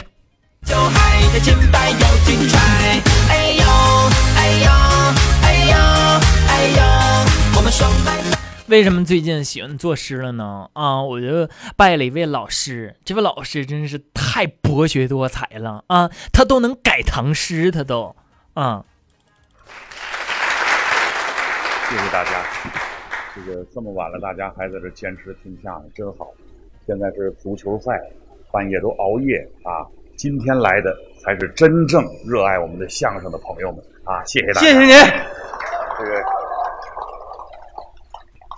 就爱的金牌又俊拽。哎呦，哎呦，哎呦，哎呦，我们说拜拜。
为什么最近喜欢作诗了呢？啊，我就拜了一位老师，这位老师真是太博学多才了啊，他都能改唐诗，他都啊。
谢谢大家。这个这么晚了，大家还在这坚持听相声，真好。现在是足球赛，半夜都熬夜啊。今天来的才是真正热爱我们的相声的朋友们啊！谢谢大家，
谢谢您。
这个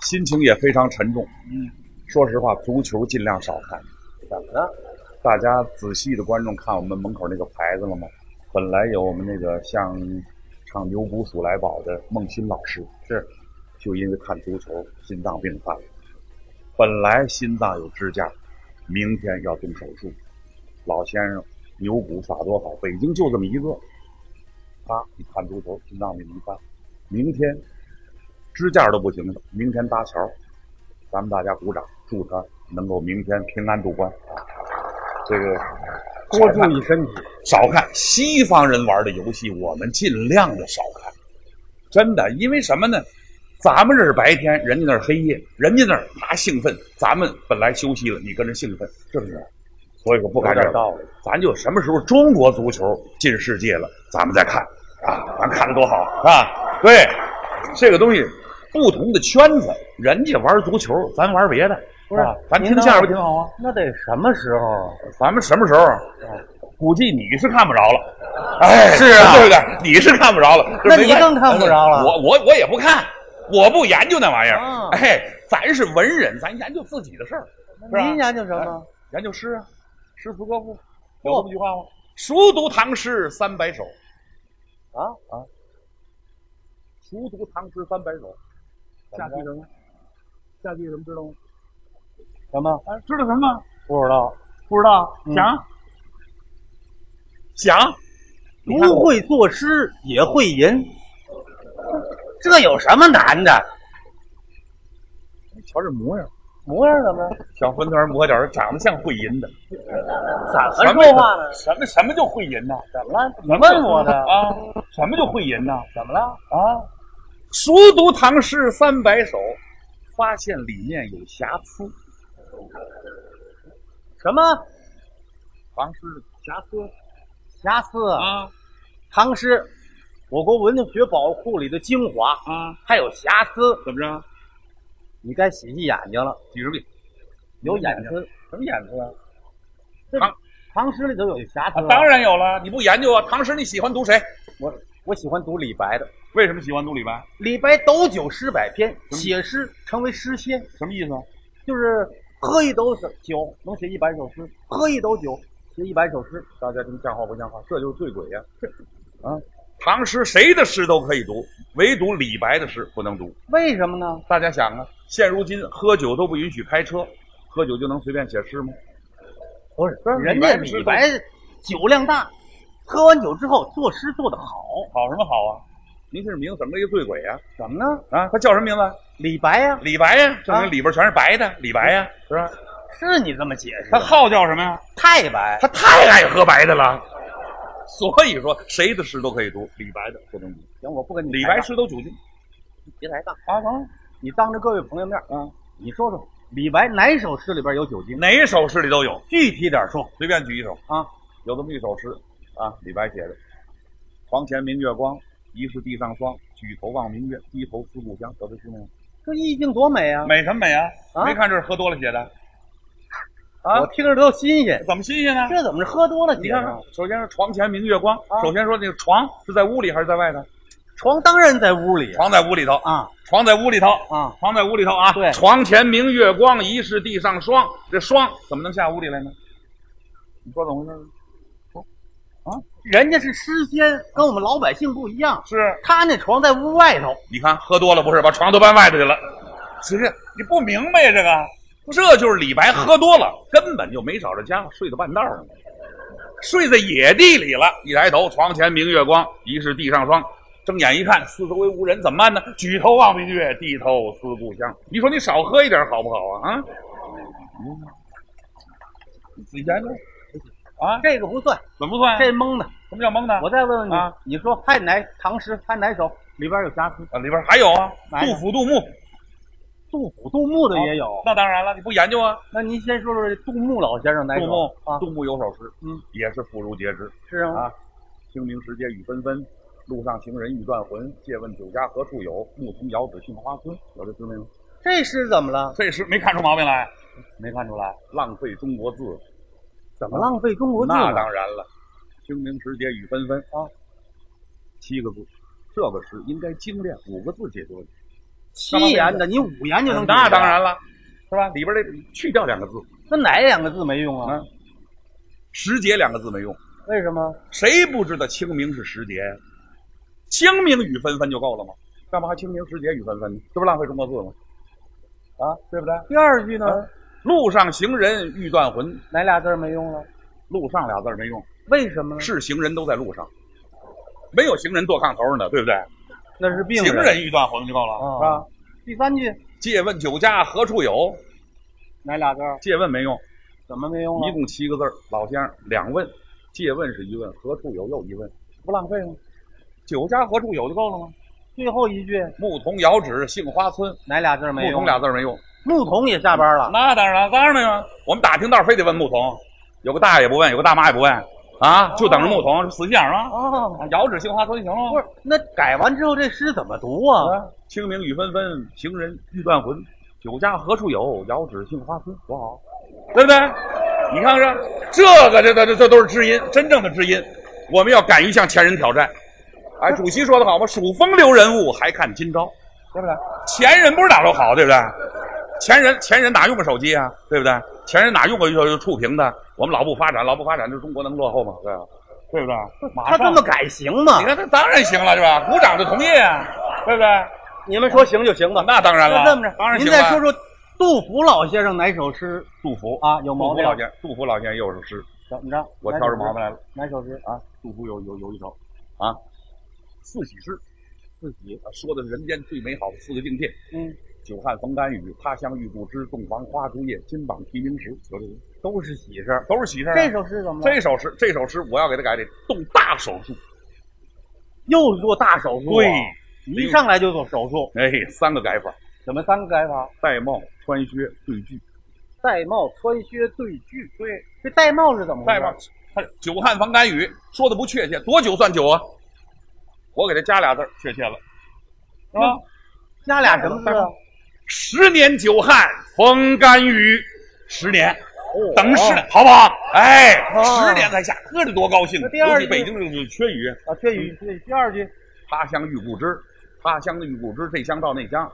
心情也非常沉重。嗯，说实话，足球尽量少看。怎么了？大家仔细的观众看我们门口那个牌子了吗？本来有我们那个像唱牛骨鼠来宝的孟欣老师，是，就因为看足球心脏病犯了。本来心脏有支架，明天要动手术。老先生牛骨耍多好，北京就这么一个。他一看足球，心脏病一犯，明天支架都不行了，明天搭桥。咱们大家鼓掌，祝他能够明天平安渡关。这个
多注意身体，
少看西方人玩的游戏，我们尽量的少看。真的，因为什么呢？咱们这是白天，人家那是黑夜，人家那儿他兴奋，咱们本来休息了，你跟着兴奋，是不是？所以说不看这
有点道理，
咱就什么时候中国足球进世界了，咱们再看啊，咱看的多好啊！对，这个东西不同的圈子，人家玩足球，咱玩别的，
不是
啊咱
您
听
呢
相声不挺好啊？
那得什么时候啊？
咱们什么时候啊？估计你是看不着了，哎，是啊，对不对？你是看不着了，这
那
没
你
办法
更看不着了
我我我也不看，我不研究那玩意儿
啊。
哎，咱是文人，咱研究自己的事儿，是吧？
您研究什么？
研究诗啊，诗词歌赋，有这么句话吗？熟读唐诗三百首，
啊啊，
熟读唐诗三百首，下句什么？下句什么知道吗？
什么？
啊，知道什么？
不知道。嗯
不知道。想想，你看
不会作诗也会吟，这有什么难的？
瞧这模样，
模样怎么了？
小混团模样长得像会吟的，
怎么说话呢？
什么什么叫会吟呢？
怎么了？你问我的
啊？什么叫会吟呢？
怎么了？
啊，熟读唐诗三百首，发现里面有瑕疵。
什么
唐诗瑕疵
瑕疵？
啊
唐诗，我国文学宝库里的精华，
啊，
还有瑕疵，
怎么着？
你该洗洗眼睛了。
几十病？
有眼疵，
什么眼睛啊？
这
唐
唐诗里头有瑕疵。
啊当，然有了，你不研究啊？唐诗你喜欢读谁？
我
我喜欢读李白的。
为什么喜欢读李白？
李白斗酒诗百篇，写诗成为诗仙，
什么意思啊？
就是喝一斗酒能写一百首诗，喝一斗酒写一百首诗。
大家听像话不像话？这就是醉鬼呀、
啊，
*laughs* 唐诗谁的诗都可以读，唯独李白的诗不能读。
为什么呢？
大家想啊，现如今喝酒都不允许开车，喝酒就能随便写诗吗？
不是，人家李白酒量大，喝完酒之后作诗做得好，
好什么好啊？您是名怎么个醉鬼呀、
怎么呢？
啊？他叫什么名字？
李白呀、
李白呀、证
啊
明里边全是白的，李白呀、是吧？
是你这么解释？
嗯他号叫什么呀？
太白，
他太爱喝白的了，所以说谁的诗都可以读，李白的不能读。
行，我不跟你
李
抬杠
白诗都酒精，
别抬杠啊！王，你当着各位朋友面啊，你说说李白哪首诗里边有酒精？
嗯哪首诗里都有，
具体点说
随便举一首。
啊！
有这么一首诗啊，李白写的：“床前明月光，疑是地上霜。举头望明月，低头思故乡。”得这诗没有？
这意境多美啊！
美什么美啊？
啊
没看这是喝多了写的？
啊，我听着都新鲜。
怎么新鲜呢？
这怎么是喝多了
你
写
看
的？，
首先是床前明月光，
啊
啊首先说那个床是在屋里还是在外头？
床当然在屋里
床在屋里头，
啊
床在屋里头，
啊！
床在屋里头啊。
对
床前明月光，疑是地上霜。这霜怎么能下屋里来呢？你说怎么回事？
人家是诗仙，跟我们老百姓不一样。
是
他那床在屋外头，
你看喝多了不是，把床都搬外头去了。其实你不明白这个，这就是李白喝多了，根本就没找着家，睡到半道上了，睡在野地里了。一抬头，床前明月光，疑是地上霜。睁眼一看，四周围无人，怎么办呢？举头望明月，低头思故乡。你说你少喝一点好不好啊？啊，你自己研究啊？
这个不算，
怎么不算？
这蒙的。
什么叫蒙呢？
我再问问你
啊，
你说还哪唐诗还哪首里边有瑕疵？
啊，里边还有啊，
哪
杜
有
甫、杜牧
杜甫、杜牧的也有。
那当然了，你不研究啊？
那您先说说这杜牧老先生哪首？
杜牧
啊，
杜牧有首诗，
嗯，
也是妇孺皆知
是吗？
啊。清明时节雨纷纷，路上行人欲断魂。借问酒家何处有？牧童遥指杏花村。有这诗没有？
这诗怎么了？
这诗没看出毛病来，
没看出来，
浪费中国字。
怎么浪费中国字
那
了？
当然了，清明时节雨纷纷啊，七个字，这个诗应该精炼五个字解决问题。
七言的，你五言就能。
那当，然了，是吧？里边得去掉两个字，
那哪两个字没用啊？
嗯时节两个字没用。
为什么？
谁不知道清明是时节？清明雨纷纷就够了吗？干嘛还清明时节雨纷纷呢？这不浪费中国字吗？啊，对不对？
第二句呢？
啊路上行人欲断魂，
哪俩字没用了？
路上俩字儿没用，
为什么呢？
是行人都在路上，没有行人坐炕头呢，对不对？
那是病
行
人
人欲断魂就够了，是吧？
啊。第三句
借问酒家何处有？
哪俩字儿？
借问没用，
怎么没用啊
一
了？
共七个字儿，老先生两问，借问是一问，何处有又一问，
不浪费吗？
酒家何处有就够了吗？
最后一句
牧童遥指杏花村，
哪俩字没
牧
用？
童俩字儿没用。啊
牧童也下班了，
那啊当然，当然没有。我们打听道儿非得问牧童，有个大爷不问，有个大妈也不问，啊，就等着牧童死相啊，
哦，
遥指杏花村行了
不
吗？
是，那改完之后这诗怎么读啊？
啊，清明雨纷纷，行人欲断魂。酒家何处有？遥指杏花村，多好，啊对不对？你看看这个，这这这这都是知音，真正的知音。我们要敢于向前人挑战。哎，主席说的好嘛，数风流人物，还看今朝，对不对？前人不是哪都好，对不对？前人前人哪用过手机啊？对不对？前人哪用过有有触屏的？我们老不发展，老不发展，这中国能落后吗？对啊，对不对？马
他
上
这么改行吗
你？看他当然行了，是吧？鼓掌就同意啊，对不对？
你们说行就行吧。
那当然了，
那这么着，
当然行
您
了。
再说说杜甫老先生哪首诗
杜甫
啊有毛
杜甫
病？
老先杜甫老先生又有首诗，
怎么着？
我挑出毛病来了。
哪首诗？哪首诗啊？
杜甫有有有一首啊，《四喜诗》，四喜啊说的是人间最美好的四个境界：
嗯，
久旱逢甘雨，他乡遇故知，洞房花烛夜，金榜题名时。有这个
都是喜事儿。
都是喜事儿啊。
这首诗怎么了？
这首诗，这首诗我要给他改得动大手术。
又做大手术啊？一上来就做手术，
哎，三个改法：
怎么三个改法？
戴帽、穿靴、对句。
戴帽、穿靴、对句。对，这戴帽是怎么回
戴
事？
吧，他久旱逢甘雨，说的不确切，多久算久啊？我给他加俩字儿，确切了，是
啊
吧？
加俩什么字啊？
十年久旱逢甘雨，十年，
哦
等十点好不好？哎，
啊
十点才下课，这多
啊
高兴！
那第二
尤
句
其北京这种缺鱼
啊，缺鱼。对，第二句，
他乡遇故知，他乡的遇故知，这乡到那乡，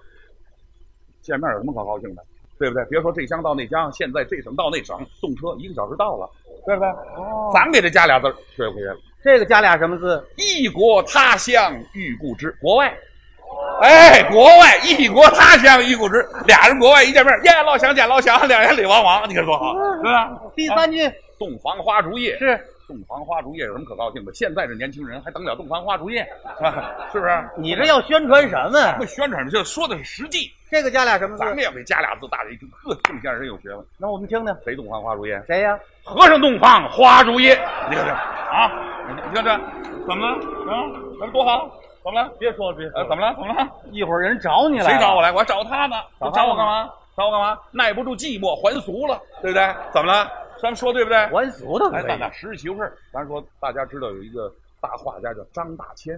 见面有什么可高兴的？对不对？别说这乡到那乡，现在这省到那省，动车一个小时到了，对不对？
哦
咱给这加俩字儿，学回去了。
这个加俩什么字？
异国他乡遇故知，国外。哎，国外异国他乡遇故知，俩人国外一见面，耶，老乡见老乡，两人里汪汪，你看多好，对吧？
第三句，
啊洞房花烛夜
嗯是
洞房花烛夜，有什么可高兴的？现在这年轻人还等了洞房花烛夜，啊是不是？
你这要宣传什么
不宣传，这说的是实际。
这个加俩什么字
咱们也给加俩字，大家一听，呵，这家人有学问。
那我们听听，
谁洞房花烛夜？
谁呀？
和尚洞房花烛夜，你看这啊，你看这怎么了啊？咱们多好，怎么了？
别说了，别
呃，怎么了？怎么了？
一会儿人找你来，
谁找我？来？我找他呢。
找他
找我干嘛？找我干嘛？耐不住寂寞，还俗了，对不对？怎么了？咱们说对不对？
还俗的可
哎，
以
咱俩实事求是。咱说，大家知道有一个大画家叫张大千，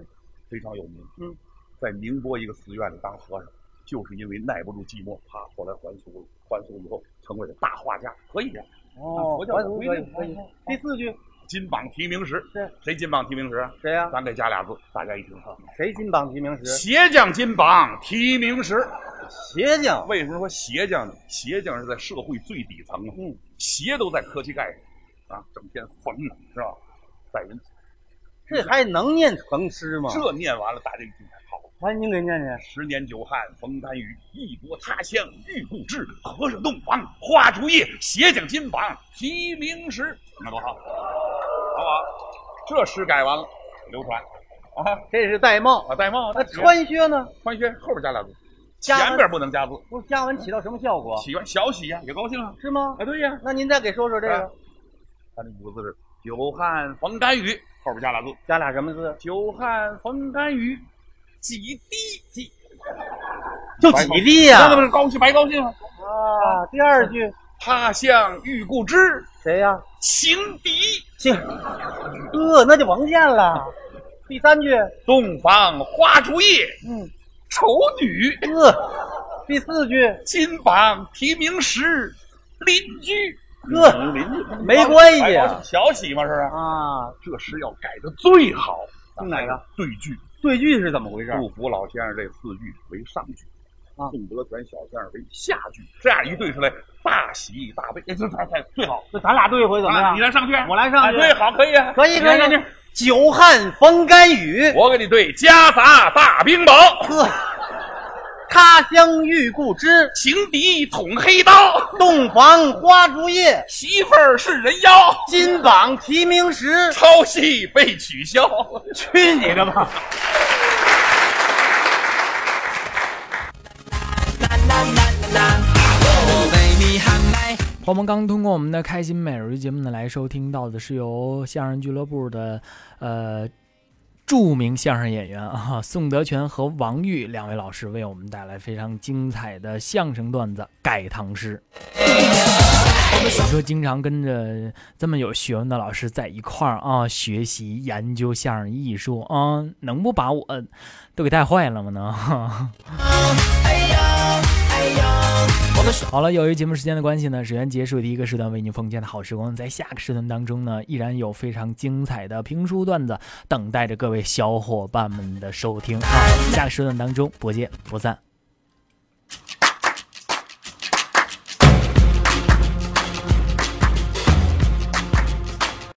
非常有名。
嗯，
在宁波一个寺院里当和尚，就是因为耐不住寂寞，啪，后来还俗了。还俗以后，成为了大画家，可以的。啊
哦，
佛教
还
有
俗
规
可以
定
可以。第四句，
金榜题名时
是，
谁金榜题名时啊？
谁呀
咱给加俩字，大家一听哈。
谁金榜题名时？
鞋匠金榜题名时，
鞋匠
为什么说鞋匠呢？鞋匠是在社会最底层啊，
嗯，
鞋都在科技盖上啊，整天缝呢，是吧？在人
这还能念成诗吗？
这念完了，大家一听好，
哎，您给念念。
十年久旱逢甘雨，异国他乡遇故知，和尚洞房花烛夜，鞋匠金榜题名时，那多好，好不好？这诗改完了，流传啊
这是戴帽，
啊，戴帽
那穿靴呢？
穿靴后边加俩字，
加完
前边不能加字，
不是加完起到什么效果？
喜欢小喜呀，也高兴啊。
是吗？
啊，对呀，
那您再给说说这
啊
个，
他这五个字是“久旱逢甘雨”，后边加俩字
加俩什么字？
“久旱逢甘雨”，几滴几
就几粒呀
那不是高兴白高兴吗？
啊，第二句
他乡遇故知，
谁呀？
情敌
姓，呃，那就甭见了。第三句，
洞房花烛夜，
嗯，
丑女
呃，第四句，
金榜题名时，邻居
呵
嗯邻居
没关系
白高兴小喜嘛是不是？
啊，
这诗要改的最好，
是哪个？
对句
对句是怎么回事？
杜甫老先生这四句为上句，
啊
宋德全小先生为下句，这样一对出来，大喜大悲，哎，这才才最好。
那咱俩对一回怎么
啊
样？
你来上去，
我来上去
哎对，好，可以啊，
可以
你来
可
上去
以。。久旱逢甘雨，
我给你对，夹杂大冰雹，
呵，他乡遇故知，
情敌捅黑刀，
洞房花烛夜，
媳妇儿是人妖，
金榜题名时。
抄袭被取消。
去你的吧！
朋友们刚通过我们的开心每日节目呢来收听到的是由相声俱乐部的呃著名相声演员啊 *laughs* 宋德全和王玉两位老师为我们带来非常精彩的相声段子《改唐诗》。你说经常跟着这么有学问的老师在一块儿啊，学习研究相声艺术啊，能不把我都给带坏了吗呢？好了，由于节目时间的关系呢，首先结束第一个时段为您奉献的好时光，在下个时段当中呢，依然有非常精彩的评书段子等待着各位小伙伴们的收听啊！下个时段当中不见不散，